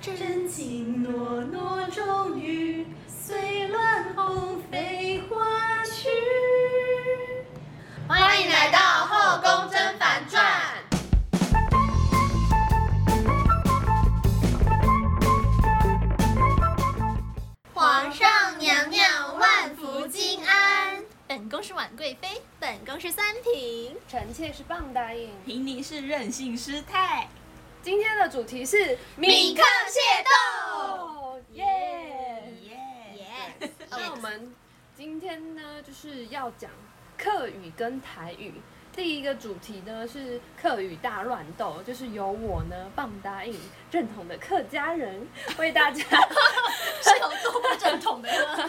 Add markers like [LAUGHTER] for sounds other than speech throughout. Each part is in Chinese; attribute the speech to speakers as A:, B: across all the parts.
A: 真情诺诺终于随乱红飞花去。
B: 欢迎来到《后宫甄嬛传》。皇上娘娘万福金安，
C: 本宫是婉贵妃，
B: 本宫是三品。
D: 臣妾是棒答应。
C: 平宁是任性失态。
D: 今天的主题是
B: 米克械
D: [LAUGHS]
B: 斗，
D: 哦耶！
B: 耶！
D: 那我们今天呢，就是要讲客语跟台语。第一个主题呢是客语大乱斗，就是由我呢棒答应正统的客家人为大家 [LAUGHS]
C: 是有多不正统的呢？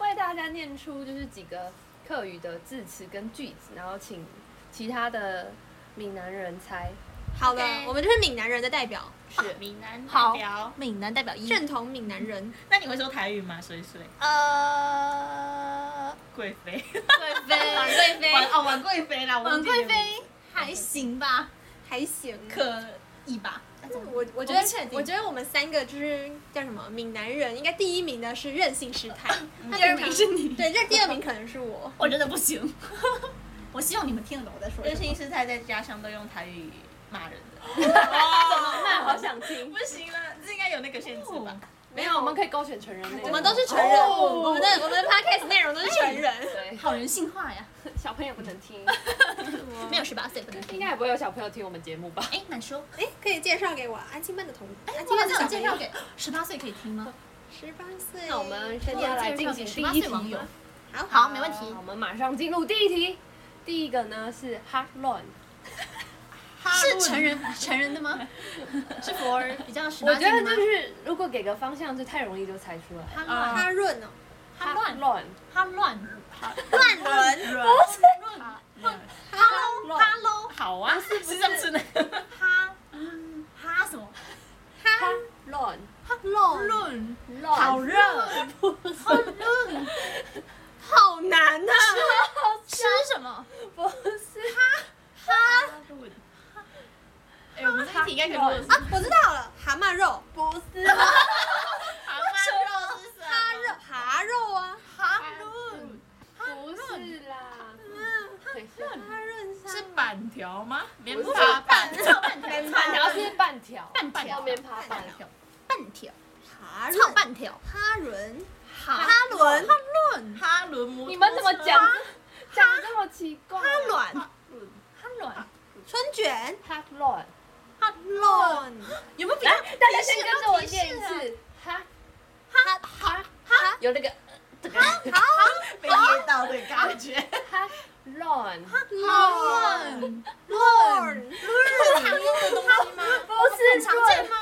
D: 为大家念出就是几个客语的字词跟句子，然后请其他的闽南人猜。
B: [LAUGHS] 好了
A: OK
B: 我们就是闽南人的代表，
C: 是
E: 哦
C: 闽南
B: 好
C: 代表。
A: 闽南代表一
B: 正统闽南人。
C: 那你会说台语吗？水水
B: 呃，
C: 贵妃，
B: 贵妃，婉贵
E: [LAUGHS]
B: 妃，
C: 婉哦婉贵妃啦，我忘
B: 婉
C: 记了
B: 贵妃还行吧，还行。
C: 可以吧？
B: 我我觉
C: 我不确
B: 得
C: 定，
B: 我觉得我们三个就是叫什么闽南人，应该第一名的是任性失态，那第二名是你，对，这第二名可能是我。
E: 我觉得不行。 [LAUGHS] 我希望你们听得懂我在说
C: 任
E: 什
C: 性
E: 么。
C: 失态在家乡都用台语骂人的，
D: 怎么办？好想听
C: 不。行了，这应该有那个限制
E: 哦
C: 吧？
D: 没有，我们可以勾选成人类。
B: 我们都是成人，我们的我们的 podcast 内容都是成人，
D: 对
E: 好人性化呀，
D: 小朋友不能 [LAUGHS] 听，
E: 没有十八岁不能听。
D: 应该也不会有小朋友听我们节目吧？
E: 哎，难说。
B: 哎，可以介绍给我安亲班的同，
E: 今
B: 安亲
E: 天
B: 班的
E: 这种
B: 小
E: 介
B: 朋
E: 绍
B: 友，
E: 给十八岁可以听吗？
B: 十八岁。
D: 那我们现在来进行
E: 十
D: 第
E: 八岁
D: 一题哦
E: 网友
D: 吗。
B: 好
E: 好，没问题
D: 好我。们马上进入第一题。第一个呢是 hot run，
E: 是成人成人的吗？ [LAUGHS] 是 for 比较十
D: 我
E: 八
D: 觉
E: 岁
D: 得
E: 的吗
D: 就？是如果给个方向，就太容易就猜出来。
E: 他乱，
B: 他润哦，
E: 他乱，
D: run，
E: 他乱，
B: 乱伦，
E: 他
B: 哈
E: 喽，他喽，
C: 好啊，是不是这么吃的？
E: 他他什么？
B: 哈
D: run
B: 哈乱，
E: 论
D: run，
E: 好热，好论
B: 好难呐！啊
E: 吃什么？
D: 不是
C: 哎，我们这一题应该可以录的是
B: 啊，我知道了，蛤蟆肉，不是
C: 蛤蟆肉是什
B: 哈
C: 么？
B: 肉，蛤肉啊，
C: 蛤论
D: 不是啦，等一下
B: 哈润
C: 是
B: 是
C: 板条吗？棉
D: 不是
C: 花板
E: 半半条，
D: 板条是半条，
E: 半条
D: 后面爬
E: 半
D: 板。
E: 条，半条，操
B: 哈润，
E: 半条，
B: 哈伦，
E: 哈
B: 啊哈伦，
E: 论
C: 哈伦摩托车
D: 你们怎么讲？讲得这么奇怪？
B: 哈卵，
E: 哈乱，
B: 春卷，
D: hot run，
B: 哈乱，有没有比较
D: 大家先跟着我念一次 hot。
B: 哈哈哈
D: 有那个
C: 被噎到的感觉？
D: 哈 run，
B: 乱乱
D: 不是
E: 常见吗？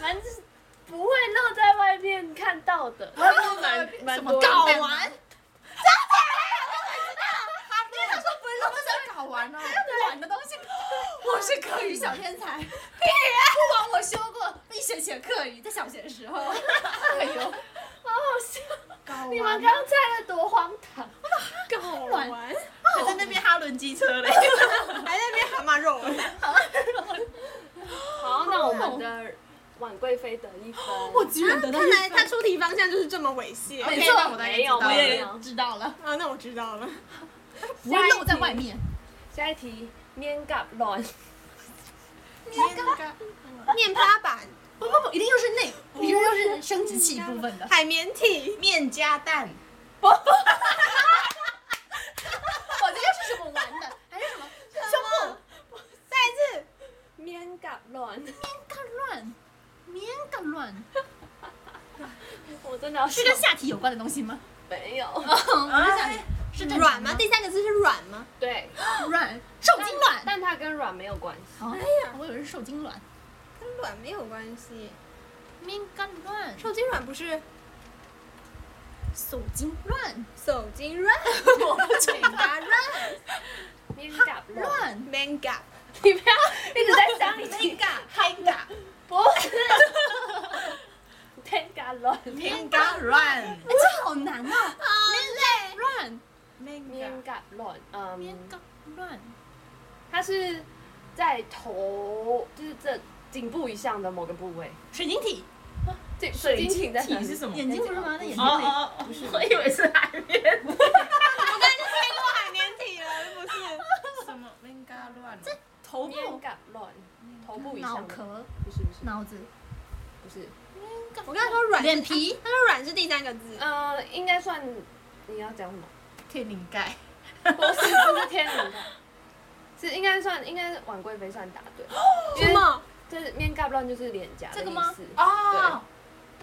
D: 蛮是不会露在外面看到的，蛮蛮多
C: 搞
D: 的
C: 完？
E: 我们想搞完了，软的东西。我是课语小天才，不枉我修过一学期的课语，在小学的时候。哎呦，
D: 好好笑！
E: 搞完
D: 你们刚才的多荒唐，
B: 搞完，
C: 还在那边哈伦机车嘞？
B: 还在那边蛤蟆肉，
D: 好，那我们的婉贵妃得一分，
E: 居然得
B: 看来他出题方向就是这么猥亵
C: OK，
D: 没
C: 那
D: 错，
C: 我大概
D: 没有
C: 知
E: 我
C: 道了
D: 没
E: 也
D: 有。
E: 知道了，
B: 啊，那我知道了，
E: 不会露在外面。
D: 下一题，面甲乱，
B: 面趴板，
E: 不不不，一定又是内，一定又是生殖器部分的。
B: 海绵体，
C: 面加蛋，
E: 我这又是什么玩的？还是什么
B: 胸部，再一次，
D: 面甲乱，
E: 干乱？棉干乱
D: 我真的要
E: 是
D: 笑
E: 跟下体有关的东西吗？
D: 没有，
E: 是正常
B: 软
E: 吗
B: 吗？？第三个字是软吗？
D: 对，
E: 软，受精卵。
D: 但它跟软没有关系，
E: 哦，我以为是受精卵。
B: 跟软没有关系，
E: 敏感乱，
B: 受精卵不是
E: 手精乱
B: 手精软，嘴巴软
D: 面甲乱，
E: 乱，
B: ，manga
D: 你不要一直在想你自己，
B: manga
C: 嗨嘎，
D: 不是，面甲乱，
C: 面加软，
E: 哎，这好难啊！
B: 好累，
E: 乱，
D: 面甲乱，
E: 敏
D: 嗯。
E: 感乱，
D: 它是在头，就是这颈部以上的某个部位。
F: 水晶体，
D: 这
C: 水
D: 晶体在哪
C: 体
D: 里
C: 是什么？
G: 眼睛不是吗？那眼睛
C: 哦
G: 里
C: 哦哦，我以为是海绵。
B: 海绵体了，不是？
C: 什么？应该乱了。
F: 头部
D: 面感乱，头部以
E: 脑
D: 上的
E: 壳、
D: 不是不是
E: 脑子、
D: 不是，
B: 我刚才说软，
E: 脸皮，
B: 他说软是第三个字，
D: 呃，应该算你要讲什么？
C: 天灵盖。
D: 不是不是天灵盖， [LAUGHS] 是应该算应该是晚贵妃算答对，因
B: 什
D: 为
B: 么？
D: 就是面盖乱就是脸颊的
B: 这个
D: 意
B: 吗
D: 思。
C: 哦，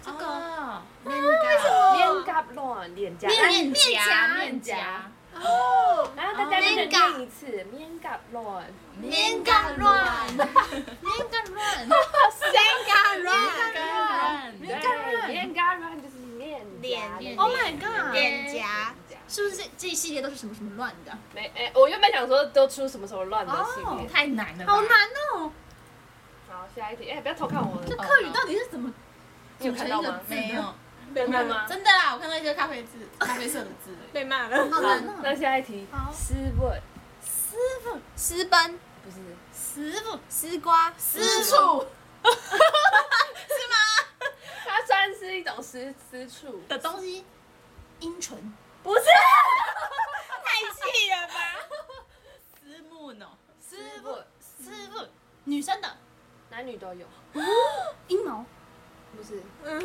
G: 这个
C: 哦。面盖。
D: 面盖乱，脸颊。
C: 面
E: 颊
C: 面颊。
D: 然后大家跟
E: 面
D: 着
E: 甲
D: 念一次，面盖乱，
E: 敏感乱，
G: 应该乱，
B: 三个
C: 面
B: 软。
C: 盖乱。
D: 面盖乱，面盖乱就是脸颊
G: 脸
E: Oh my god！
B: 脸颊，
E: 是不是这这一系列都是什么什么乱的？
D: 没哎，我原本想说都出什么什么乱的系列。
C: 太难了。
E: 哦好。难哦！
D: 好，下一题，哎，不要偷看我，
E: 这课语到底是怎么？
D: 你有看到吗？
C: 没有，
D: 有
B: 啊
D: 看吗？
C: 真的啦，我看到一些咖啡
E: [LAUGHS]
C: 字，咖啡色的字。
B: 被骂了。
E: 好难哦！
D: 那下一题，斯文
B: 私奔、
D: 不是
E: 师傅，
B: 丝瓜、
C: 私处
D: 它算是一种私私处，
E: 的东西，阴唇，
D: 不是
B: 太
E: [LAUGHS]
B: 气了吧？
C: 私木呢？
D: 私文，
E: 师傅，女生的
D: 男女都有，
E: 阴毛、
D: 不是
B: 嗯，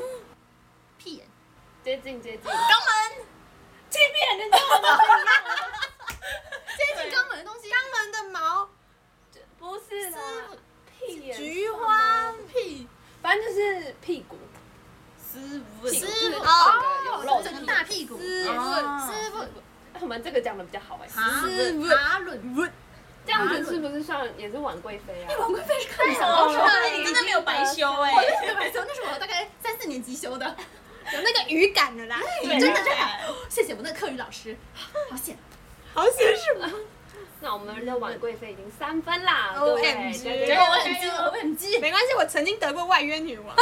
E: 屁眼，
D: 接近接近，
E: 肛门，
D: 见面人家我们
E: 接近肛门的东西，
B: 肛门的毛、
D: 不是啦，屁眼，
B: 菊花、
C: 屁
D: 反正就是屁股，
C: 私
D: 屁股
C: 文。
D: 就是整
B: 哦
D: 个有肉的
E: 整个
D: 屁股
E: 大屁股，
B: 丝
C: 哦
B: 丝
D: 私文。我们这个讲的比较好哎，
E: 哈
B: 丝
E: 伦，哈伦，
D: 这样子是不是算也是晚贵妃啊？
E: 看什
B: 哦
E: 么？
B: 那你真的没有白修哎、
E: 白球，那是我大概三四年级修的，
B: 有那个语感的啦，
D: 对
E: 真的真的，谢谢我那课语老师，好险。
B: 好写是吗？
D: 那我们的晚贵妃已经三分啦，各
B: OMG
D: 位，
B: 结
D: 结
B: 果
D: 果
B: 我
E: 很激，我很激，
B: 没关系，我曾经得过外约女王，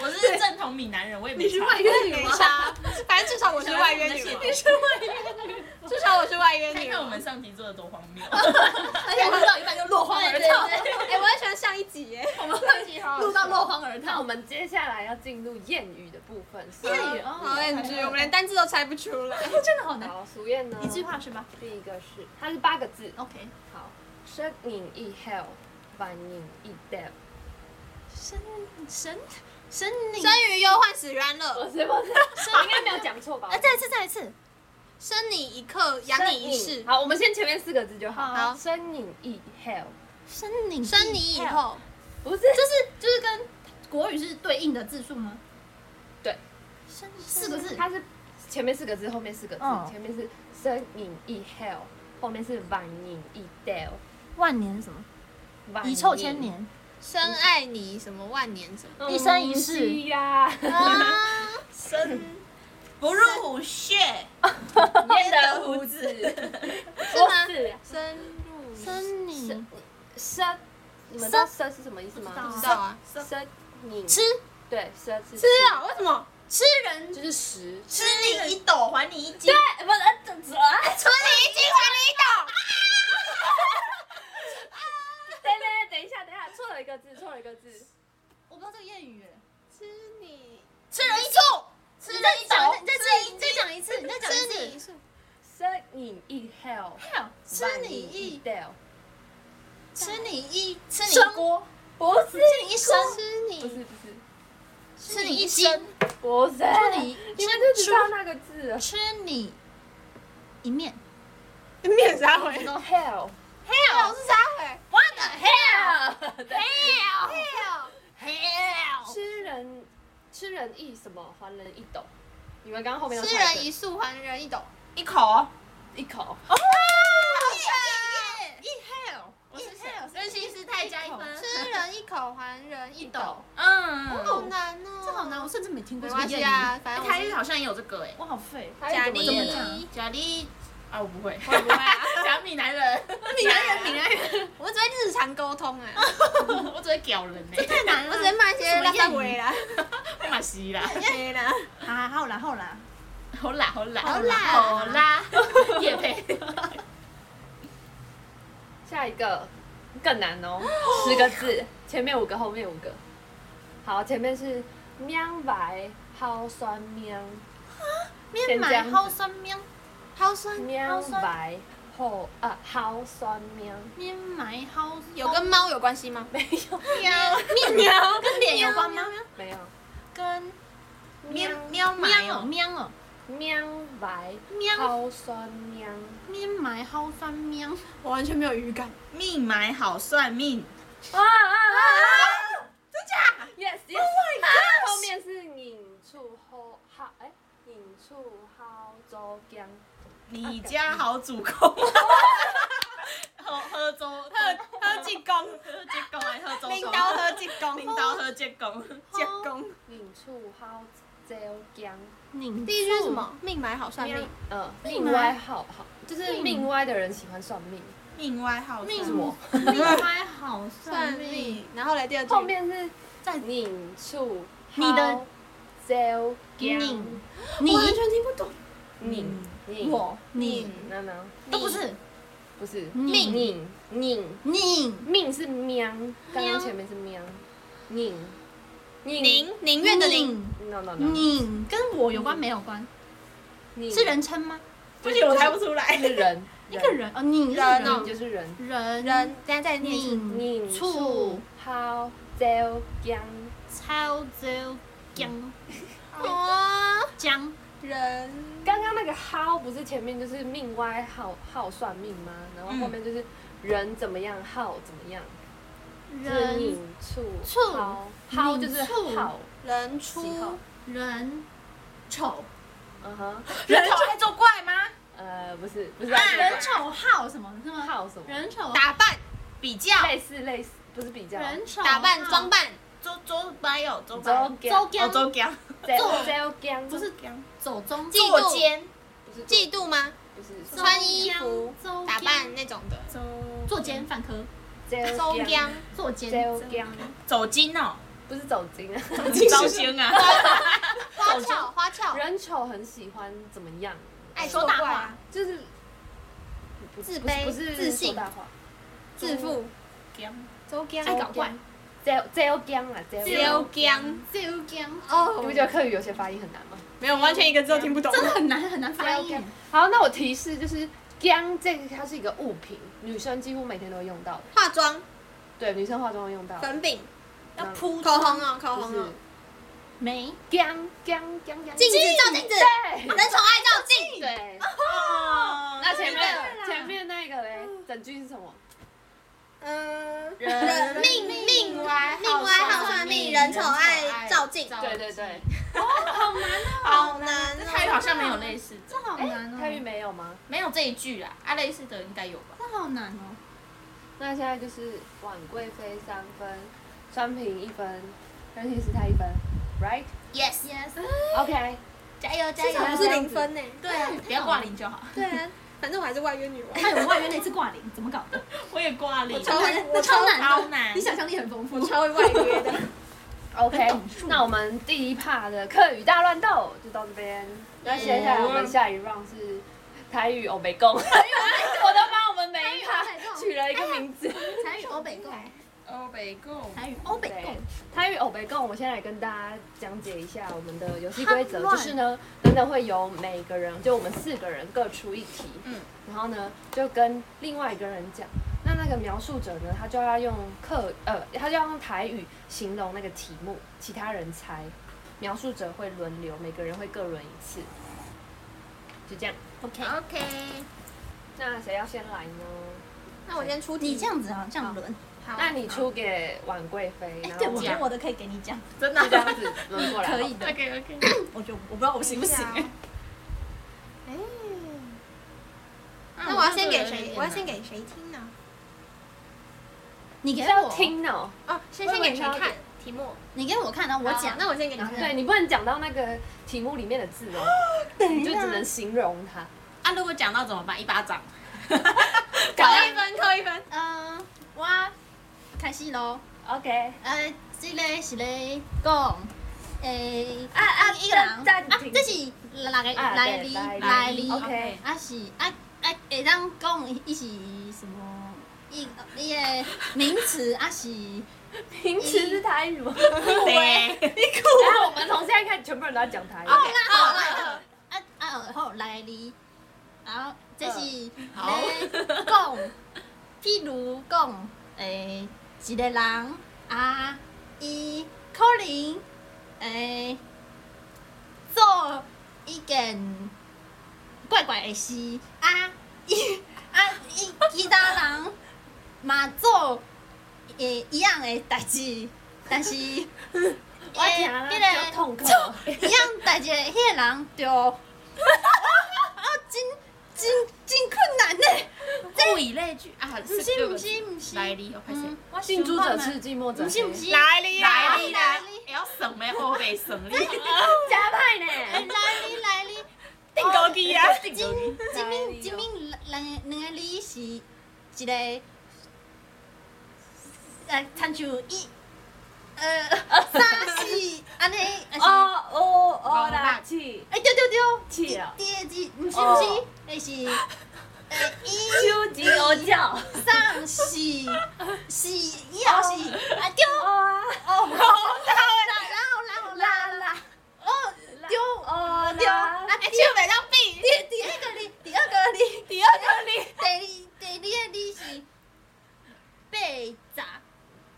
C: 我是正统闽南人，我也没差。
E: 约
B: 没？差，反正至少我是外约女王，至少我是外约
C: 看
B: 女
C: 看我
B: 王。
C: 们上集做的多荒谬。
E: 而且录到一半就落荒而逃，
B: 哎、我很喜欢上一集耶，
E: 我们上集录到落荒而
D: 那我
E: 逃。
D: 们接下来要进入谚语的部分。
E: 谚语哦
B: 好 NG，我们连单字都猜不出来。
E: 真的好难，
D: 好，俗谚呢？
E: 一句话是吧
D: 第一个是，它是八个字。
E: ？OK，
D: 好，身影一 hell，反影一 dev。
E: 神神神灵，
B: 生于忧患，死于安
D: 不
B: 乐。
D: 是不是，我应该没有
E: [LAUGHS]
D: 讲错吧
E: 啊，？再一次，再一次，
B: 生你一刻，养你一
D: 身
B: 世
D: 影。好，我们先前面四个字就好。
B: 好
D: 身影一 hell，
E: 生灵，
B: 生你以，后，
D: 不是，
E: 就是就是跟国语是对应的字数吗？
D: 对，
E: 生四个字，
D: 它是前面四个字，后面四个字，
E: 嗯
D: 前面是身影一 hell，后面是反影一 dev。
E: 万年是什么？
D: 晚
E: 一臭千年，
B: 深爱你什么万年什么。
D: 嗯，
E: 一生一世
D: 是呀，
B: 啊，
C: 生不入虎穴，
B: [LAUGHS]
D: 变的胡子，
B: 是吗
D: 不是
B: 深入
E: 生灵
D: 生，你们知道生是什么意思
E: 不
B: 不
D: 吗
B: 知？道啊，
D: 生你
E: 吃
D: 对生是
B: 吃啊？为什么？
E: 吃人
D: 就是食，
C: 吃你一斗，还你一斤。
D: 哎不是哎怎么啊？
B: 呃存你一斤，还你一斗。
D: 等等等一下等一下，错了一个字，错了一个字，
E: 我不知道这个谚语，
B: 吃你，
E: 吃人一醋，吃
C: 人
E: 人
C: 一斗
E: 你再讲，你再讲一次，你再讲一
B: 吃你
E: 次
B: 一，束，
D: 生影一 hell，
E: Hell，
B: 吃你一
D: del，
B: 吃你一，吃
E: 生锅，
D: 不是
B: 你一生，吃
D: 不
B: 你
D: 是不是
B: 吃你一生，
D: 不是，
E: 吃你
D: 你们就只知道那个字了
E: 吃你一面，
B: 面啥
D: 啊
B: 回
D: ，hell。
B: ？hell 是啥回？What the hell？hell
D: 吃人吃人一什么，还人一斗。你们刚刚后面都
B: 吃
D: 猜对
B: 人一束，还人一斗。
C: 一口，
D: 一口，
E: 一 hell，
C: 我是想
E: 任性是太加一分，
B: 吃人一口，还人一斗。
C: 嗯，
B: 好难哦，
E: 这好难，我甚至没听过
B: 没
E: 这个谚
B: 关系
E: 语。
B: 啊，反正
C: 哎台
B: 我
C: 语
B: [LAUGHS] 是
C: 好像也有这个哎，
E: 我好废，
B: 假
D: 的
B: 的
E: 怎么讲
C: 假的啊，我不会，
B: 我不会
C: [LAUGHS]
B: 啊，
C: 假闽南人，
B: 闽南人，闽南人，我只会日常沟通啊，
C: [LAUGHS] 我只会屌人哎，
E: 太难
B: 我只会骂一些拉萨维啦，
C: 我马西啦，
B: 对啦，
E: 啊，好啦好啦，
C: 好啦好啦
B: 好啦
C: 好啦，也配
D: 下一个，更难哦，十个字，前面五个，后面五个。好，前面是喵白蒿酸喵，
E: 面
D: 先这样
E: 埋
D: 子
E: 蒿酸面，蒿酸
D: 喵
E: 蒿酸
D: 白后啊蒿酸喵，
E: 面埋蒿
B: 有跟猫有关系吗？没
E: 喵
C: [LAUGHS]
B: 有，喵
E: 跟脸有关吗？
D: 没有
E: 跟
D: 喵
E: 喵喵埋哦喵哦
D: 喵白
E: 喵
D: 蒿酸喵，
E: 面埋蒿酸喵，
B: 我完全没有语感。
C: 命买好算命，
D: 啊啊啊！真假？Yes Yes。后面是引出蒿蒿哎，引出蒿州姜。
C: 你家好主 [LAUGHS] 公。喝喝粥，喝
B: 喝济公，
C: 喝结公还喝粥
B: 拎
C: 粥，
B: 刀喝济公，
C: 领导喝结公，
B: 济公。
D: 领处蒿椒姜，
E: 拧
B: 第一句是什么？命埋好算命
D: 命。呃
E: 命
D: 命
E: 吗
D: 歪好好，就是命歪的人喜欢算命，
C: 命歪好
E: 命
D: 是
C: 算
D: 我。
E: 命埋好
B: 算
E: 算命，
B: 命，然后来第二句，
D: 后面是
E: 在
D: 领处
E: 你的
D: 椒姜
E: 拧
B: 我
E: 你
B: 完全听不懂。
D: 拧拧
E: 我
B: 拧
E: 拧
D: ，no no
E: 都不是
D: 不是
E: 拧
D: 拧拧
E: 拧
D: 命是喵，刚
E: 喵
D: 刚前面是喵，拧
B: 宁宁愿的宁，
D: ，no no no
E: 拧跟我有关没有关？
D: 拧
E: 是人称吗？
C: 不行，我猜不出 [LAUGHS] 来。
D: 是哎人
E: 一个人哦，拧是
B: 人
D: 拧
B: 哦
D: 就是人
E: 人
B: 人，大家再念一次。
E: 拧
D: 拧
E: 嗯处
D: 处蒿椒姜
E: 超州姜
B: 哦，
E: 姜
B: 人
D: 刚刚那个蒿不是前面就是命歪好好算命吗？然后后面就是人怎么样，好怎么样，就是
E: 人
D: 拧处
E: 处
D: 蒿蒿就是
E: 拧处
D: 好，
B: 人
D: 喜好
B: 出
E: 人丑
D: 嗯哼，
C: 人丑还作怪吗？
D: 呃，不是不是
E: 啊，人丑好什么是吗？
D: 好什么？
E: 人丑
B: 打扮
C: 比较
D: 类似类似，不是比较。
E: 人丑
B: 打扮
E: 好
B: 装扮，
C: 周周掰哦，周掰，
D: 周
E: 周
D: 姜
C: 哦
E: 姜
C: 周姜，
D: 周周姜
E: 不是走中
B: 嫉
C: 作
B: 妒
C: 奸，
D: 不是
B: 嫉妒吗？
D: 不是
E: 周
B: 穿衣服
E: 周
B: 打扮那种的。
C: 周
E: 作奸犯科
B: 周
D: 姜
B: 江
E: 作奸
D: 周姜，
C: 走金哦，
D: 不是走
B: [LAUGHS]
D: 金啊。
C: 招奸啊， [LAUGHS]
B: 花俏花俏，
D: 人丑很喜欢怎么样？
C: 哎
B: 爱
E: 说
B: 说
E: 大
B: 大
E: 话
B: 话，
D: 就是不
B: 哎自
D: 不是
B: 卑
D: 不是
B: 自信
D: 说大话。
B: 自负。
C: 姜
B: 周江
E: 爱搞怪，
D: 这这又僵了，这又
B: 周江
E: 周奸
B: 哦
D: 啊你不觉得课语有些发音很难吗？
B: 没有完全一个字都听不懂。
E: 真的很难很难发音，
D: 好，那我提示就是僵这个它是一个物品，女生几乎每天都会用到的，
B: 化妆、
D: 对，女生化妆会用到。
B: 粉饼、
D: 要
B: 口红哦，口
D: 就
B: 红
D: 是
B: 哦，
E: 没
D: 僵僵僵僵。
B: 镜子照镜子，
D: 对
B: 人丑爱照镜。
D: 对。
C: 哦，
D: 那前
B: [LAUGHS]
E: 对啦
D: 面前面那个嘞，整句是什么？
B: 嗯，
D: 人
B: 命命
E: 歪
B: 命歪好算命，人丑爱照镜。
D: 对对对，
B: 好难哦。
C: 泰语好像没有类似的，
E: 这好难
D: 泰
E: 哦，
D: 语哎没有吗？
C: 没有这一句啦，啊，类似的应该有吧？
E: 这好难哦，
D: 那现在就是婉贵妃三分，酸平一分，任天师太一分，right？
B: yes
E: yes，
D: OK，
B: 加油加
D: 至少
B: 油！
D: 不是零分
B: 呢。
C: 对啊，不要挂零就好。
B: 对啊，反正我还是外约女王。
E: 他有外援那次挂零怎么搞的？
C: 我也挂零，
B: 超难
E: 那 [LAUGHS] 超难的
C: 超难
E: 你想象力很丰富，
B: 超会外约的。
D: OK，
E: 懂事
D: 那我们第一 part 的课语大乱斗就到这边。那接下来我们下一 round 是台语欧北 [LAUGHS] 共，我都帮我们每一 part 取了一个名字。
E: 台语欧北共，
C: 欧北共，
E: 台语欧北共
D: 对，台语欧北共，我先来跟大家讲解一下我们的游戏规则，
E: 好乱
D: 就是呢，等等会由每个人，就我们四个人各出一题，
C: 嗯
D: 然后呢就跟另外一个人讲。那那个描述者呢，他就要用客呃，他就要用台语形容那个题目，其他人猜。描述者会轮流，每个人会各轮一次，就这样。
E: ，OK。
B: [LAUGHS] OK，
D: 那谁要先来呢？
B: 那我先出
E: 你
B: 题
E: 这。样子啊，这样轮，
B: 好
D: 那你出给婉贵妃，
E: 哎
D: 然，后
E: 对我
D: 就
E: 觉得我的可以给你讲，
C: 真的
D: 这 [LAUGHS] 样子轮过来。
E: 可以的，
C: OK OK，
E: 我觉得我不知道我行不行，啊
B: 哎，那我要先给谁？我要先给谁听呢？
E: 你给
D: 是要
E: 我，
D: 听哦。
B: 哦，先先给谁看题目？
E: 你给我看，然后我
B: 好
E: 讲，
B: 那我先给你看。
D: 对你不能讲到那个题目里面的字哦，
E: 等
D: 你就只能形容它。
C: 啊，如果讲到怎么办？一巴掌，
B: 扣一分，扣一分。
E: 嗯，我开始喽。
D: OK，
E: 呃，这个是咧讲，诶，
D: 啊啊
E: 一个人，
D: 暂
E: 啊
D: 暂停
E: 这是来
D: 啊对
E: 来历
D: 来历
E: 来历，
D: OK
E: 啊是啊啊，会当讲伊是什么？一你的名词啊是，
D: 平时是台语吗？
C: 对，
D: 然后我们从现在开始，全部人都要讲台语。
E: 好啦，啊啊好来你，然后这是咧讲，譬如讲，诶、一个人啊，伊可能诶、做一件怪怪的事啊，伊啊伊其他人嘛做诶一样的代志，但是
D: [LAUGHS] 我听了
E: 这
D: 比较痛苦。
E: 一样代志，迄个人就，啊，真真真困难呢。
C: 物以类聚啊，
E: 不是
C: 六
E: 不
C: 个
E: 是不是，
C: 来历哦，快些，
E: 我
D: 近朱者
E: 想看
D: 赤，近墨者
E: 啊，
D: 黑。
E: 不是不是，
C: 来历
E: 来
C: 来
E: 历
C: 历
E: 来
C: 来
E: 历
C: 历，会晓省的好袂省哩，
D: 加派
E: 哎
D: 呢？
E: 来哩来哩，
C: 定高机啊，定
E: 今
C: 高机，
E: 今明今明两个两个字是一个，呃，参像一，呃，三四安尼，还是
D: 哦哦哦
C: 哦
D: 啦
C: 啦
D: 气
E: 哎对对对，
D: 气啊！
E: 第二字不是不是，那是，呃一。
D: 秋吉鹅叫。
E: 上是是要是啊丢
D: 哦啊
E: 哦，然后然后然后啦啦哦丢
D: 哦
E: 丢啊
D: 啦！
E: 丢袂当比第第二个字，第二个字，第二个字，第第二个字是被砸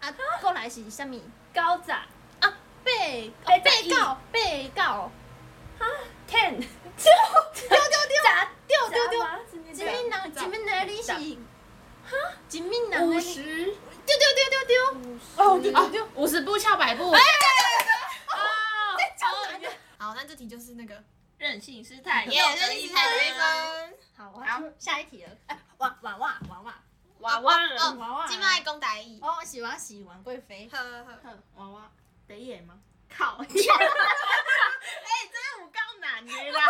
E: 啊，过来是啥物
D: 高仔
E: 啊？被
D: 被
E: 被
D: 砸
E: 告被告
D: ten
E: 丢丢丢
D: 砸
E: 丢丢丢
D: 砸，吗是你
E: 前面人前面那里是
C: 砸
E: 哈，前面人的
D: 五
E: 字
D: 十
E: 丢丢丢丢丢。
D: 哦，你
C: 啊，五十步笑百步，哦
E: 超难
B: 好，那这题就是那个
C: 任性失态，
E: 耶任性失态
C: 得一分，
E: 好，我要
C: 好
E: 出下一题了。哎，娃娃娃娃娃，
D: 娃娃
B: 哦
E: 娃娃
B: 今麦公打一，
E: 哦，我喜欢喜王贵妃。
B: 呵呵呵，
C: 哼娃娃得演吗？靠！哎，真的有够难的啦，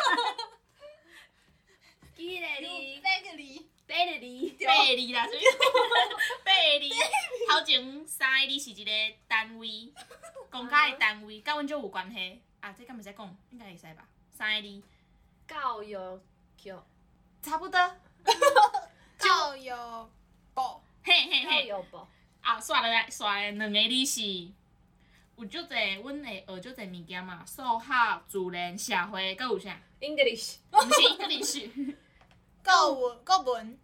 D: 吉雷里
E: 那个你，
D: 贝雷里
C: 贝利啦，所以贝利头前三个字是一个单位，公家的单位，甲阮就有关系。啊，这敢袂使讲，应该会使吧？三个字
D: 告有有
C: 差不多，
B: 就有狗，
C: 嘿嘿
D: 告
C: 嘿。
D: 有不？
C: 啊，刷了来刷了两个字是有足侪，阮会学足侪物件嘛，数学、自然、社会，搁有啥？
D: English
C: 毋是肯定是 [LAUGHS]
B: 够文够文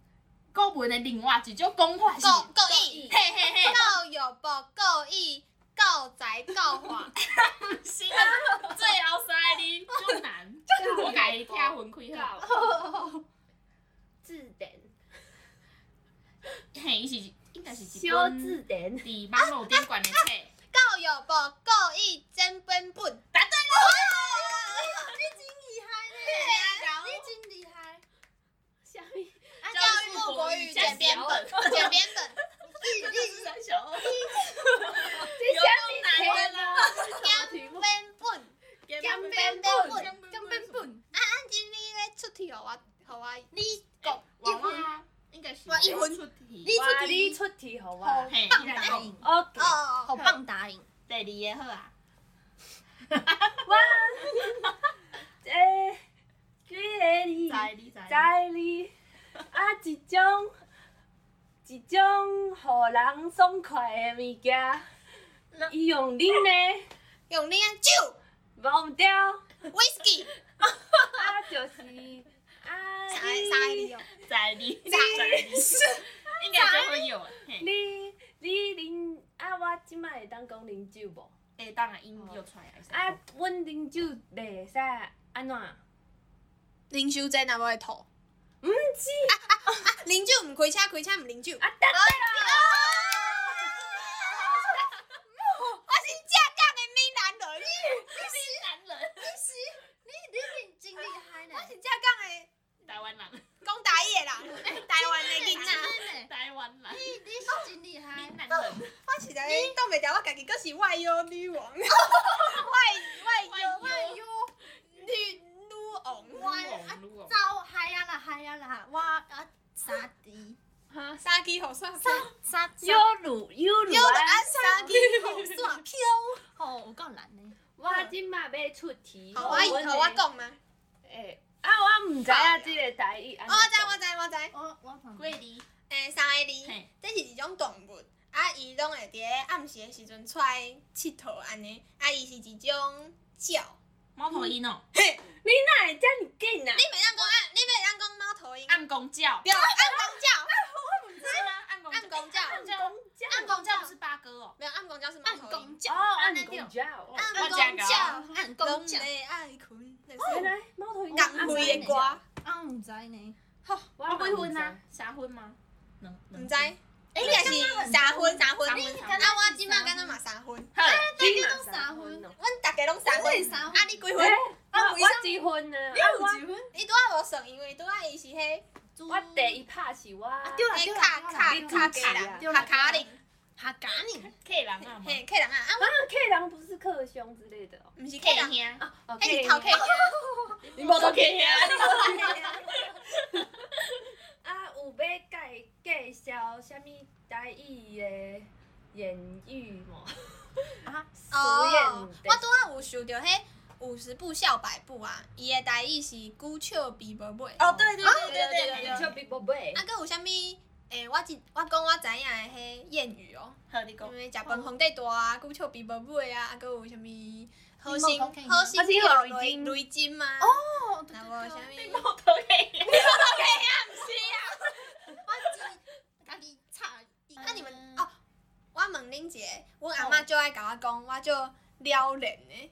C: 国文的另外一种讲法是，
B: 够够
D: 意
B: 义，嘿嘿嘿，够有不够义够宅够华，
C: [LAUGHS] 是啊，最后三个字足难，我家己听分开
D: [LAUGHS]
C: 好。
D: 告字典
C: 嘿，伊是应该是一
D: 修字
C: 本
D: 典
C: 伫网络顶悬的册。
B: 够有不够义真本本，
C: 答
B: Ờ,
E: 你真厉害呢！你真厉害。
D: 下面
E: 啊，
C: 教
E: 教育
C: 育
E: 部
C: 部
E: 国
C: 国
E: 语
C: 语
E: 简
C: 简
E: 编
C: 编
E: 本
C: [LAUGHS] 本，
E: 简编本。
C: 对了，就是三小二，
D: 这下面天哪，什么题目？
B: 本本。
C: 简
B: 编本，
C: 简
B: 江
C: 编
B: 编
C: 本。
B: 本。
E: À,
B: 啊，俺今日咧出题互我，互我你讲
C: 娃娃应该是
B: 哇一分
C: 出题。
D: 哇，你出题好哇
C: 嘿，
E: 棒
C: 你来
E: 答
C: 讲
E: 应，
D: ？OK，
B: 哦，
E: 好棒答应。
C: 第二个好啊。
D: 诶，吉雷
C: [LAUGHS]
D: 里
C: 你知
D: 在哩，啊一种一种互人爽快的物件，伊用恁的
B: 用你的酒、
D: 忘掉，啊
B: whisky，
D: 就是啊
B: 啥啥
D: 你
B: 用？
C: 在你在你是
B: Dạ.
C: 应该就会有嘿，
D: 你你啉啊，我即摆会当讲啉酒无？
C: 会当啊音就出来。
D: 啊，阮啉酒袂使安怎？
B: 啉酒真若无会吐。
D: 毋是
B: 啊，啉酒毋开车，开车毋啉酒。
D: 啊，答对啦！
B: 我是正港的闽南人，你
C: 闽南人，
E: 你你真厉害呢！
B: 我是正港的
C: 台湾人，
B: 讲台语的人，台湾的囡仔。
E: 真的，
C: 台湾人，
E: 你你是真厉害
C: 闽。南人，
B: 我是在挡袂牢，我家己阁是外忧女王。外外忧
C: 外忧
B: 女女王。
C: 网络
E: 走，嗨呀啦嗨呀啦，我啊三弟，
B: 三支雨伞，三
E: 三
D: 有乳有乳
B: 有的
D: 啊！
B: 安三支雨伞 Q。
E: 哦，有够难呢。
D: 我即摆要出题，哦
B: 好，我好我。讲吗？
D: 诶，啊，我毋知影即个台语安
B: 哦
D: 怎
B: 我知
D: 讲。
E: Ờ,
B: 我知我知，
E: 我我
C: 贵哩，
B: 诶，三个字
C: 嘿，
B: 这是一种动物，啊，伊拢会伫咧暗时的时阵出来佚佗安尼，啊，伊是一种鸟。
C: 猫头鹰哦，
D: 你哪会遮尔紧啊
B: 你？袂当讲啊，你袂当讲猫头鹰，
C: 暗公叫，
B: 对，暗
C: 是吗？暗公
B: 公鸟，暗公鸟，
C: 叫，暗公叫不是八哥哦，
B: 没有暗公鸟是猫
E: 暗
B: 头鹰
E: 公。教，
D: 哦，暗公教，哦
E: 暗
C: 我真
E: 公
C: 搞
E: 教，暗公教，
B: 袂爱困，
D: 原来猫头鹰
B: 暗
D: 暗
B: 开的歌，
E: 啊，唔知呢。
D: 我
C: 我
D: 也
C: 几
D: 不知
C: 分啊？三分吗？两
B: 毋
C: 两
B: 知，
C: 分
B: 你也是三分三分，
C: 三
B: 你
C: 分三
B: 啊，
C: 分
B: 我即摆敢若嘛三分，
C: 好，
D: 你
E: 大家都三分
D: 哦
B: 阮逐家拢三
E: 我也
B: 分，
E: 三分
B: 啊啊，你几
D: 哎
B: 分？，
D: 我我几分呢？啊，
E: 几分？
B: 你拄仔无算，因为拄仔伊是迄
E: 猪
D: 我我第一拍是我，
E: 对啦
B: 迄
E: 对啦
B: 卡卡
E: 对啦
B: 卡
D: 对
B: 家
D: 啦
C: 对
B: 人，
C: 啦
B: 卡卡人，
E: 哈嘎呢？
C: 客人啊嘛，
B: 嘿，客人啊，啊，
D: 啊，客人不是客兄之类的哦。
B: 我毋是客
C: 客
B: 人，
C: 兄，
D: 哦
B: 迄是头客人，
C: 你无做客兄，
D: 啊，有要介介绍什物台语的言语无？啊，
B: [LAUGHS]
D: 俗
B: 哦
D: 谚，的
B: 我拄仔有想着迄五十步笑百步啊，伊的代意是久笑比无尾。
C: 哦对对对
D: 你笑比不背
B: 啊，，佮有啥物？诶、我一我讲我知影的迄谚语哦，
C: 好你
B: 什
C: 讲
B: 物，食饭皇帝大啊，久笑比无尾啊，啊，佮有啥物？好
E: 你
B: 心
E: 莫讲
B: 好心
D: 啊这个
B: 跳
D: 雷
B: 雷
D: 金
B: 雷金嘛，
E: 哦，对
B: 然后啥
E: 对
B: 物？
C: 猫头鹰，
E: 对，家己插。
B: 啊，你们哦，我问恁一个，阮阿嬷就爱甲我讲，我就了然的，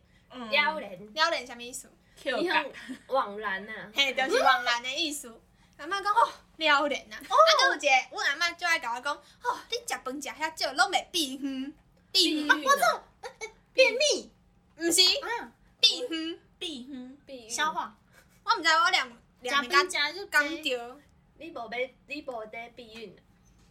D: 撩，人
B: 了然啥物意思？
C: 客
D: 你
C: 人
D: 很。枉然呐。
B: 嘿，就是枉然的意思。阿嬷讲哦，了然啊，啊，佮有一个，阮阿嬷就爱甲我讲，哦，你食饭食遐少，拢袂变远，变
D: 比
B: 远，
D: 喻呢？
E: 便秘，
B: 毋是
E: 嗯，
B: 变远。
C: 避哼，
D: 比喻
E: 消。化，
B: 我毋知我两两
C: 食
B: 家
C: 饭食就
B: 讲
C: 讲
B: 着，
C: 着，
B: 避孕，
D: 你无要，你无得避孕啊。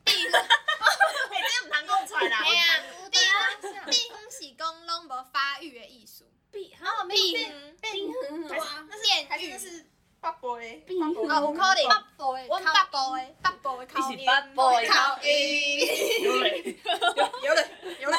C: 嘿，这毋通讲出来 [LAUGHS] 啦
B: 嘿啊，
E: 对啊，
B: 避孕是讲拢无发育的意思，
D: 避
E: 哦，没
B: 避
E: 有
B: 孕、
D: 避孕
E: 对啊，
B: 炼狱，
C: 是北部的，
D: 避孕
E: Ờ,
B: 啊，有可能
E: 北部的，
B: 阮北部的北部的口
D: 你
B: 音，
D: 是北部的
B: 口音，有嘞有嘞，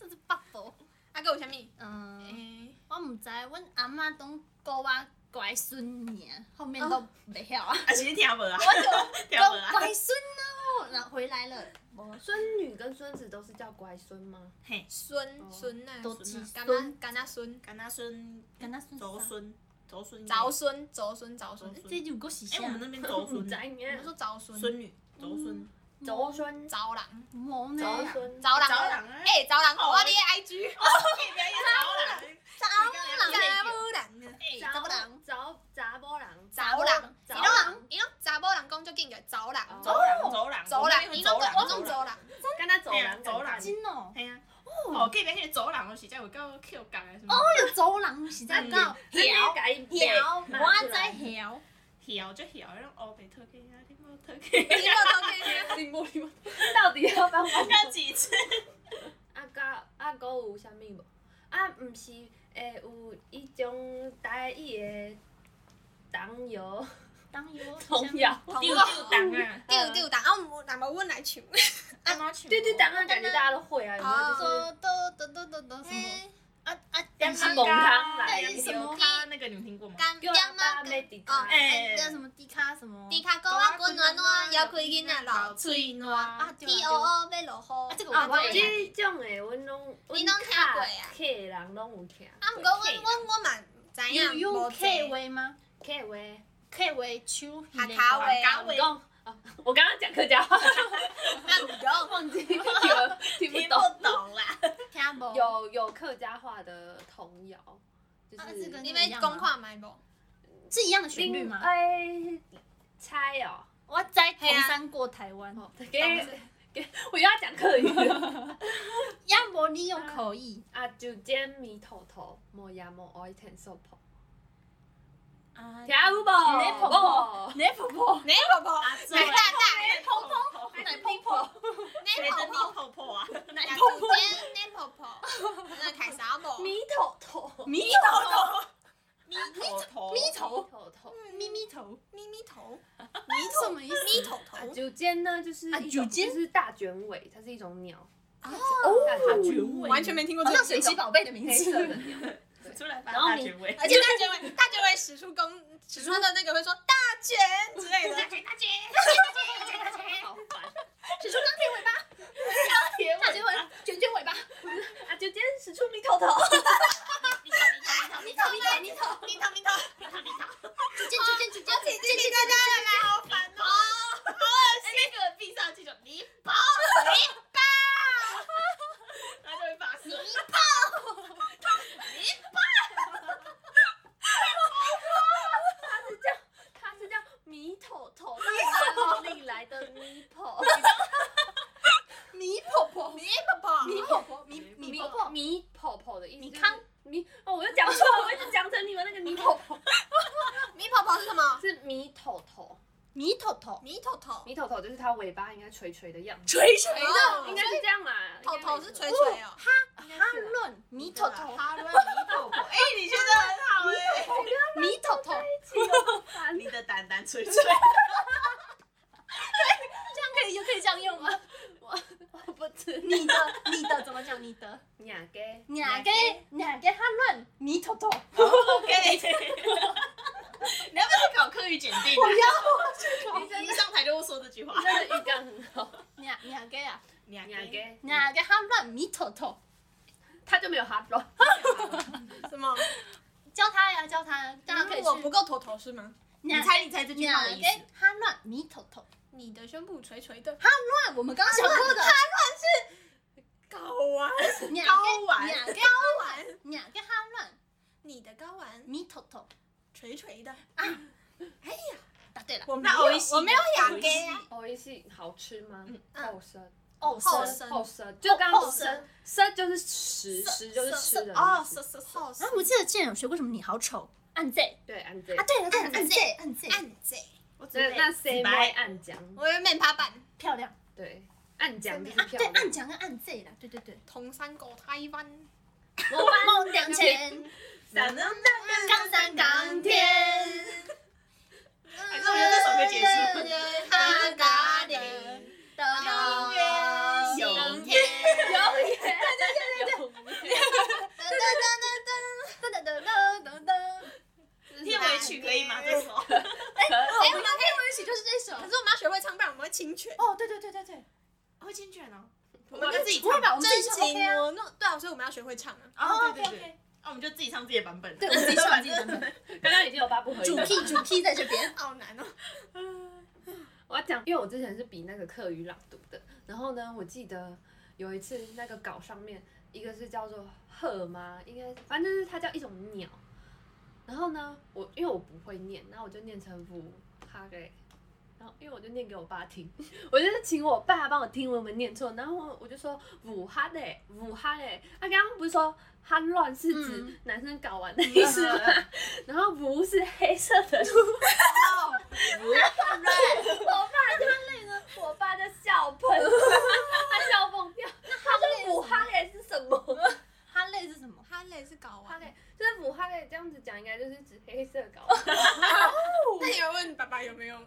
E: 这是北部，
B: 啊，佮有啥物？
E: 嗯，
B: 诶，
E: 我毋知，阮阿嬷拢教我乖孙尔，后面都袂晓啊，
C: 啊，是你听无啊？听无
E: 讲
C: 啊？
E: 乖孙哦，然后回来了，无
D: 孙女跟孙子都是叫乖孙吗？
C: 嘿，
B: 孙
D: 哦
B: 孙啊，
E: 都子
B: 敢若
E: 孙，
B: 敢若孙，
C: 敢那孙，敢那
E: 啊
C: 孙，周孙，周孙，
B: 早孙早孙早孙，
C: 周孙
E: 这就够是
C: 哎，我们那边周
D: 不
C: 孙
D: 知，
E: 哎
B: 我
D: 影。
B: 说早孙，
C: 孙女，周孙，
D: 周孙，
B: 早人，
E: 无呢，
D: 周孙，
B: 嗯早人，
C: 早人啊
B: 诶，早人，
C: 哦
B: 我你的 IG，
C: 早人，
E: 早
B: 查某人啊，
C: 哎，
E: 查某人，
D: 早查某人，
B: 早人，伊
D: 早
B: 拢伊拢查某人讲足紧个早人。
D: 哦
C: 走人，走人，
B: 走人，伊拢
C: 走
B: 讲我
C: 人，
B: 拢
C: 走
B: 走
C: 人，
B: 人，
D: 敢若走人，
C: 走人
E: 真哦，
C: 系啊，哦，隔壁迄个走人哦，是真有够扣工的，是吗？
E: 我有走人是在到
D: 要甲伊
E: 晓，我在晓，
C: 晓就晓，迄种乌白脱去啊，你无脱去，
B: 你无 [LAUGHS] 偷听。
D: 你无你无， [LAUGHS] 到底要帮我？
C: 要几次？
D: 啊，甲啊，搁有啥物无？啊，毋是诶，有一种台语的童谣，
E: 当有
D: 童谣，
B: 丢
C: 丢丢档啊，
B: 丢丢档，啊，我那么阮来唱。
C: 阿妈去，
D: 对对，当然感觉大家都会啊，有没有？就是
B: 哦
E: 哆哆哆哆哆哆什么？
B: 嗯
E: 啊啊，
D: 但是
E: 什么？
D: 猛康来
C: 哎，什么咖那个你们听过吗？
B: 干
D: 啊叫
B: 爹
D: 阿
B: 妈
D: 爸
B: 跟
D: 妹弟
B: 哦
D: 卡，
E: 哎，
C: 哎，
E: 叫什么迪卡什么？
B: 猪脚狗啊，滚暖暖，摇开囡仔老
C: 喙烂
E: 啊，
C: 啊，
E: 对
B: 滴
E: 啊
B: 乌乌要落
E: 啊，
B: 雨。
E: 这个
D: 啊，
E: 我知
D: 这种的阮拢，
B: 哦你拢听过啊
D: 客人拢有听，
B: 啊，毋过阮阮阮嘛知
E: 有
B: 影
E: 用
B: 无
E: K
B: 济。
E: 位吗
D: 客话。
E: ？K 位手
B: 下骹话，
C: 下
E: 啊
C: 骹
D: 我讲，哦我刚刚讲客家话，
E: [LAUGHS]
D: [LAUGHS]
B: 有
D: 忘记有听不懂。
C: 懂啦，
E: 听无？
D: 有有客家话的童谣，就
E: 啊
D: 是
E: 这个
B: 你们讲看卖无？
E: 是一样的旋律
D: 另
E: 吗？
D: 哎，猜哦，
E: 我在红山过台湾，
D: 哦给给，我又要讲客 [LAUGHS] 语了
E: 要不你有口译？
D: 啊！就煎米头头，莫呀莫爱天手婆，
E: 啊
D: 听有无？
E: 你婆婆
D: 无，你婆婆，
B: 你婆婆，奶大大，
C: 泡泡，
E: 奶泡泡，
B: 你
C: 谁的
B: 婆
C: 你
B: 婆，
C: 泡泡啊？
E: 奶
B: 大
E: 泡
B: 主间，你婆婆，那开啥无？
D: 米头头，
E: 咪头头，
C: 咪头头，
E: 咪
D: 头
E: 头，
D: 头头。
E: 咪咪头，
B: 嗯咪咪头，
E: 咪什么意思？
B: 咪头头
D: 啊，，九尖呢，就是
E: 啊
D: 一种
E: 九尖
D: 就是大卷尾，它是一种鸟，
C: 哦
D: 大卷尾，
C: 尾
B: 完全没听过
E: 好
B: 这
E: 像
B: 个
E: 水
B: 品
E: 晶
B: 种。
E: 宝贝的名
D: 黑
E: 字。
D: 色的鸟。
C: 出来吧，
E: 然后
C: 大
E: 你
C: 卷尾，
B: [LAUGHS] 而且大卷尾，大卷尾使出 [LAUGHS] 公，使出他的那个会说大卷之类的。
E: 大姐大姐，
D: 好
C: 烦。
D: [LAUGHS]
E: 使出钢铁尾巴，
D: 铁
E: 大结婚，卷卷尾巴，
D: [LAUGHS] 啊，就今天使出你头头，
C: 你讨你讨你讨
E: 你头你头你头，
B: 你头你头，
C: 你讨你讨，
E: 举剑举剑举剑，举剑举
B: 哦大家来来，好烦哦，
C: 那个闭上去就你跑你跑，然后就会发生。
D: 他是叫米头头，到底哪里来的米 [LAUGHS] 头？
E: 米婆婆，米婆婆，米婆婆，米米
D: 米
E: 婆婆，
D: 米婆婆的意思，
E: 米糠
D: 米哦，我又讲错了，我一直讲成你们那个米婆婆，
B: 米婆婆是什么？
D: [LAUGHS] 是米头头，
E: 米头头，
B: 米头头，
D: 米头头就是它尾巴应该垂垂的样子，
E: 锤锤
B: 哦
D: 应该是这样啦，
B: 头头是
D: 垂
B: 垂垂哦，
E: 哈论米头头，
C: 哈伦，你跑跑，哎，你学得很好哎。
E: 米头头，
D: 的，
C: 你的蛋蛋脆脆，
E: 可以就可以这样用吗？
D: 我不 [LAUGHS] 知
E: 你的你的怎么讲？你的
D: 雅给
E: 哪个哪个哈论米头头，
C: 好 OK。你要不要去搞课语检定？我
E: [LAUGHS]
C: 要，你一上台就会说这句话。
D: 真的语感很 [LAUGHS] 好，
E: 哪哪个啊？
C: 你
D: 雅给
E: 哪个哈论米头头？
D: 它就没有哈罗，
B: 什么？
E: 教他呀，教他，大家可以
B: 我不
E: 去。
B: 够头头是吗？
E: 你
C: 猜你猜这句话的意思
E: 哪个哈乱米头头？
B: 你的胸部垂垂的，
E: 哈乱，我们刚刚讲过的。哈
B: 睾
E: 乱，
B: 丸，
E: 哪
C: 睾丸
E: 哪
B: [LAUGHS]
E: 个
B: 睾丸，
E: 哪个哈乱
B: 你的睾丸
E: 米头头？
B: 垂垂的。
E: 答对了。
B: 我没
C: 那
B: 有
C: 欧一，系
B: 我没有雅
C: 欧一
B: 给
C: 系
B: 啊，
D: 哦，一系好吃吗？
B: 嗯
D: 后生。
E: 哦，
B: 后
E: 是
B: 生
D: 后生，就刚
E: 后
D: 刚
E: 生
D: 生生就是食，食就是吃的意思
B: 哦，是是是，
E: 啊，我记得之前有学过什么你好丑，按 Z
D: 对，按这
E: 啊，对了对了，
B: 按
E: 按
B: Z，
E: Z 按 Z，
B: 暗贼，我只
D: 那
B: 会
D: 那 C
C: 白
D: 麦按讲，
B: 我有面趴板，
E: 漂亮
D: 对，按讲就
E: 啊，
D: 是漂
E: 对，
D: 亮。
E: 按奖跟按 Z 啦，对对对，
B: 同山狗台湾，
E: 我梦两千，
C: 闪亮亮
E: 江山钢铁，
C: 反正我觉得这首歌结束。
E: 哈嘎的的
C: 永
E: 天，
D: 有耶，
E: 噔噔噔噔噔噔噔噔。
C: 片尾曲可以吗？这首
E: 哎，我们可以回去就是这首
B: 可是我们要学会唱，不然我们会侵权。
E: 哦，对对对对对，
C: 会侵权哦，
B: 我
C: 我
B: 们
C: 们
B: 就自
C: 就自
B: 己
C: 己
E: 不会吧？我们
B: 真
E: 这首
B: 情
E: OK 啊，
B: 我弄对啊，所以我们要学会唱啊。
C: 哦，对对对，那我们就自己唱自己的版本。
E: 对，我们自己唱自己的版本，
D: 刚刚已经有八不合
E: 主
D: 一了。
E: key 主 key 在这边。
B: 好难哦，
D: 我要讲，因为我之前是比那个课语朗读的，然后呢，我记得有一次那个稿上面，一个是叫做鹤吗？应该是反正就是它叫一种鸟。然后呢，我因为我不会念，然后我就念成五哈给，然后因为我就念给我爸听， [LAUGHS] 我就是请我爸帮我听文文念错，然后我我就说五哈嘞，五哈嘞，他刚刚不是说哈乱是指
E: 嗯
D: 男生搞完的意思
C: 嗯
D: 吗？然后不是黑色的哦我爸就累了，我爸就笑喷，他笑疯掉。他说母哈雷是什么？
E: 哈类是什么？
B: 他累是搞
D: 哈
B: 完。
D: 雷就是母哈雷这样子讲，应该就是指黑色搞
B: 那 [LAUGHS] 你有问爸爸有没有吗？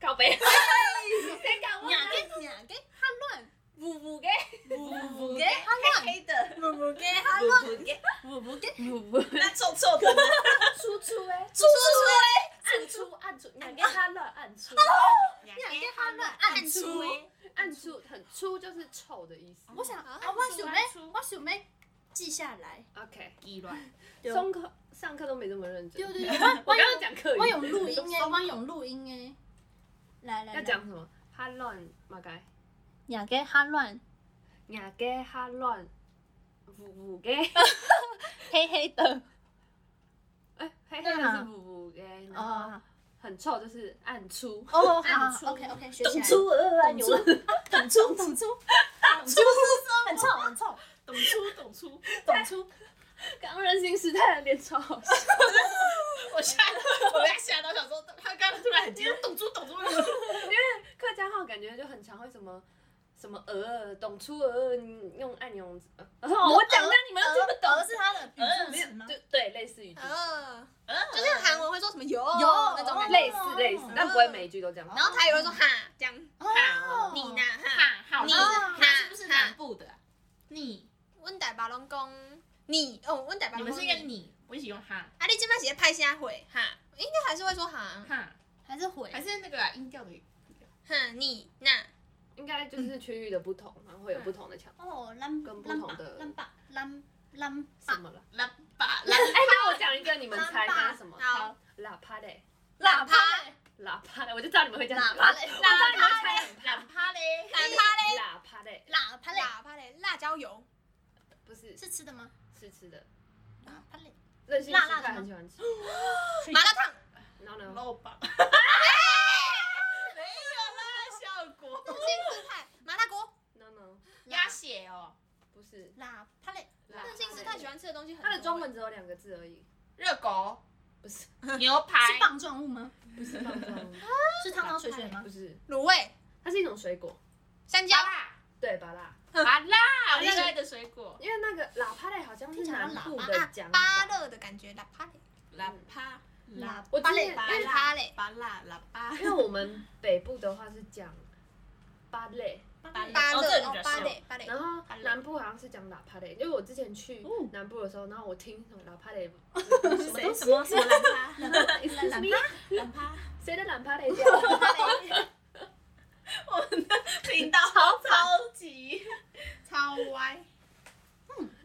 D: 搞白。谁敢问啊？
E: 个哪个哈乱？
D: 五五给
C: 不
E: 给哈乱
C: 黑的，
B: 不不给他
C: 不给，
D: 五五
C: 那臭臭的，
D: 出出哎，
E: 出出
D: 暗出暗出，两个哈乱暗出，
E: 哪个哈乱暗出？
D: 暗出很粗就是臭的意思。
E: 我想
B: 啊
E: 啊，我想要，我想要记下来。
D: OK，
C: 意乱，
E: 对
D: 上课上课都没这么认
E: 对
D: 真。
E: 对对，我
D: 啊我刚刚讲课语，
E: 我有录音哎，我有录音哎。来来，
D: [LAUGHS] 要讲什么？哈乱马该。
E: 哪个哈乱？
D: 硬鸡哈乱，五五鸡，
E: 黑黑的
D: 哎，黑黑的是五五鸡，然后
E: 哦
D: 很臭就是暗出，
E: 哦，
D: 暗
E: 好
D: 出
E: ，OK OK，学起来。
D: 呃
E: 懂出，懂出，懂出，懂出，很臭，很臭，
C: 懂出懂出，
E: 懂出。
D: 刚人新时代的脸超好笑，
C: [LAUGHS] 我吓，我被他吓到，想说他刚刚突然很激动，懂出懂出，
D: 客家话感觉就很常会什么。什么呃，懂出呃，用按钮，呃 [LAUGHS] 我讲的你们都听不
E: 懂是他的语
C: 嗯，
E: 助词哦
C: 吗
D: 懂，就对，类似于
B: 呃，
C: [LAUGHS] 嗯，
B: 就是韩文会说什么有
E: 有
B: 那种感觉，
D: 类似类似，但不会每一句都这样。
B: 然后台语会说哈这样，
E: 哦，
B: 你呢哈？
C: 哈好，
B: 你
C: 你
B: 哈
C: 他是不是南部的啊？你，
B: 阮大爸拢讲你哦，阮大爸
C: 你
B: 拢讲
C: 们是一个你，我喜欢哈
B: 啊，你今摆是在拍啥货哈？应该还是会说哈
C: 哈，
E: 还是毁
C: 还是那个啊音调的，
B: 哈你那
D: 应该就是区域的不同，然后会有不同的腔。
E: 哦，咱
D: 跟不
E: 咱
D: 同
E: 爸
D: 的
E: 咱爸咱咱
D: 什么了？
C: 喇
E: 嗯
C: 叭，
D: 哎，
C: 喇
D: 那我讲一个，你们猜它什么？
B: 好，
D: 喇叭嘞，
E: 喇叭嘞，
D: 喇叭嘞，我就知道你们会这样讲。
E: 喇叭嘞
D: 我知道你们会猜
C: 喇叭嘞，
B: 喇叭嘞，
D: 喇叭嘞，
E: 喇叭嘞，
B: 喇叭嘞，辣椒油，
D: 不是
E: 是吃的吗？
D: 是吃的，
E: 喇叭嘞，
D: 任性
E: 辣
D: 吃
E: 辣的
D: 派
E: 吗
D: 很喜欢吃。
B: 麻辣烫，
D: 然后
C: [GASPS]
D: 呢？
C: 肉棒， [LAUGHS] 没有啦，效果
B: 任性师太，麻辣锅，
D: 然后呢？
C: 鸭血哦，嗯
D: 不是
E: 喇叭嘞，
D: 喇
B: 任性师
D: 叭
B: 太
D: 嘞
B: 喜欢吃的东西很多。
D: 它的中文只有两个字而已，
C: 热狗，
D: 不是
C: 牛排
E: 是，棒状物吗？
D: 不是棒状，
E: 是汤汤水水吗
D: 不？是，
B: 卤味、
D: 它是一种水果，
B: 山椒
C: 芭、辣，
D: 对，芭辣。
C: 芭辣，我热爱的水果，
D: 因为那个喇叭类好像是
E: 听起来
D: 南
E: 像
D: 部
E: 喇叭
D: 的讲
B: 啊芭
D: 法，
B: 乐的感觉，喇叭嘞，
C: 喇叭，
E: 喇
D: 我
E: 叭
D: 之
E: 嘞
D: 前，
C: 芭
B: 因为
C: 辣
B: 芭蕾
C: 芭辣，喇叭，
D: 因为我们北部的话是讲芭蕾，
C: 芭
B: 芭
C: 辣，哦，这
B: 乐
C: 个
B: 哦，
C: 就比较
B: 芭
C: 像
B: 蕾，芭蕾，
D: 然后
C: 芭蕾
D: 南部好像是讲喇叭类，因为我之前去
E: 哦
D: 南部的时候，然后我听什么喇叭类，
C: 什么什么什么喇叭，
D: [LAUGHS] Excuse me，
C: 喇叭，
D: 谁的喇叭类掉了？
C: [LAUGHS]
D: [LAUGHS]
C: 我们的频道好超级超歪，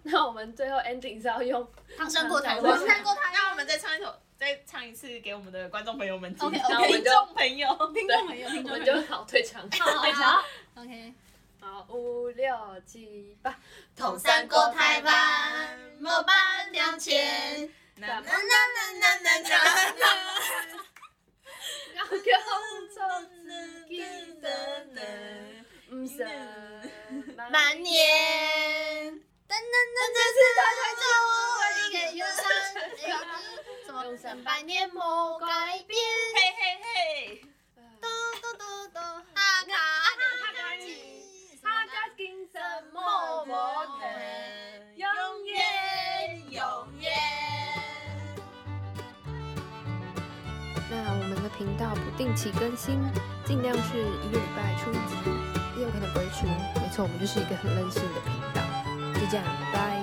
D: 那我们最后 ending 是要用
E: 唐山过台
D: 我
E: 湾
D: 是，
B: 看过它，
C: 那我们再唱一首，再唱一次给我们的观众朋友们听，
E: OK，OK
C: 然后听众朋友，
E: 听众没有？听众
D: 我们
E: 没有
D: 就好退场。
E: 好好好？OK，
D: [LAUGHS] 好，五六七八，
E: 同山过台湾，莫办两千，
C: 那
D: 那要叫做自己的人，不是蛮
E: 满年。噔噔噔噔噔，他叫我，我离开忧伤，什么？
D: 用上
E: 百年莫改变。
C: [LAUGHS] 嘿嘿嘿，
E: 嘟嘟嘟嘟，
B: 哈卡
D: 哈卡
E: 吉，
D: 他家今生默默的，永远
E: 永远。
D: 那我们的频道不定期更新，尽量是一个礼拜出一集，也有可能不会出。没错，我们就是一个很任性的频道。就这样，拜。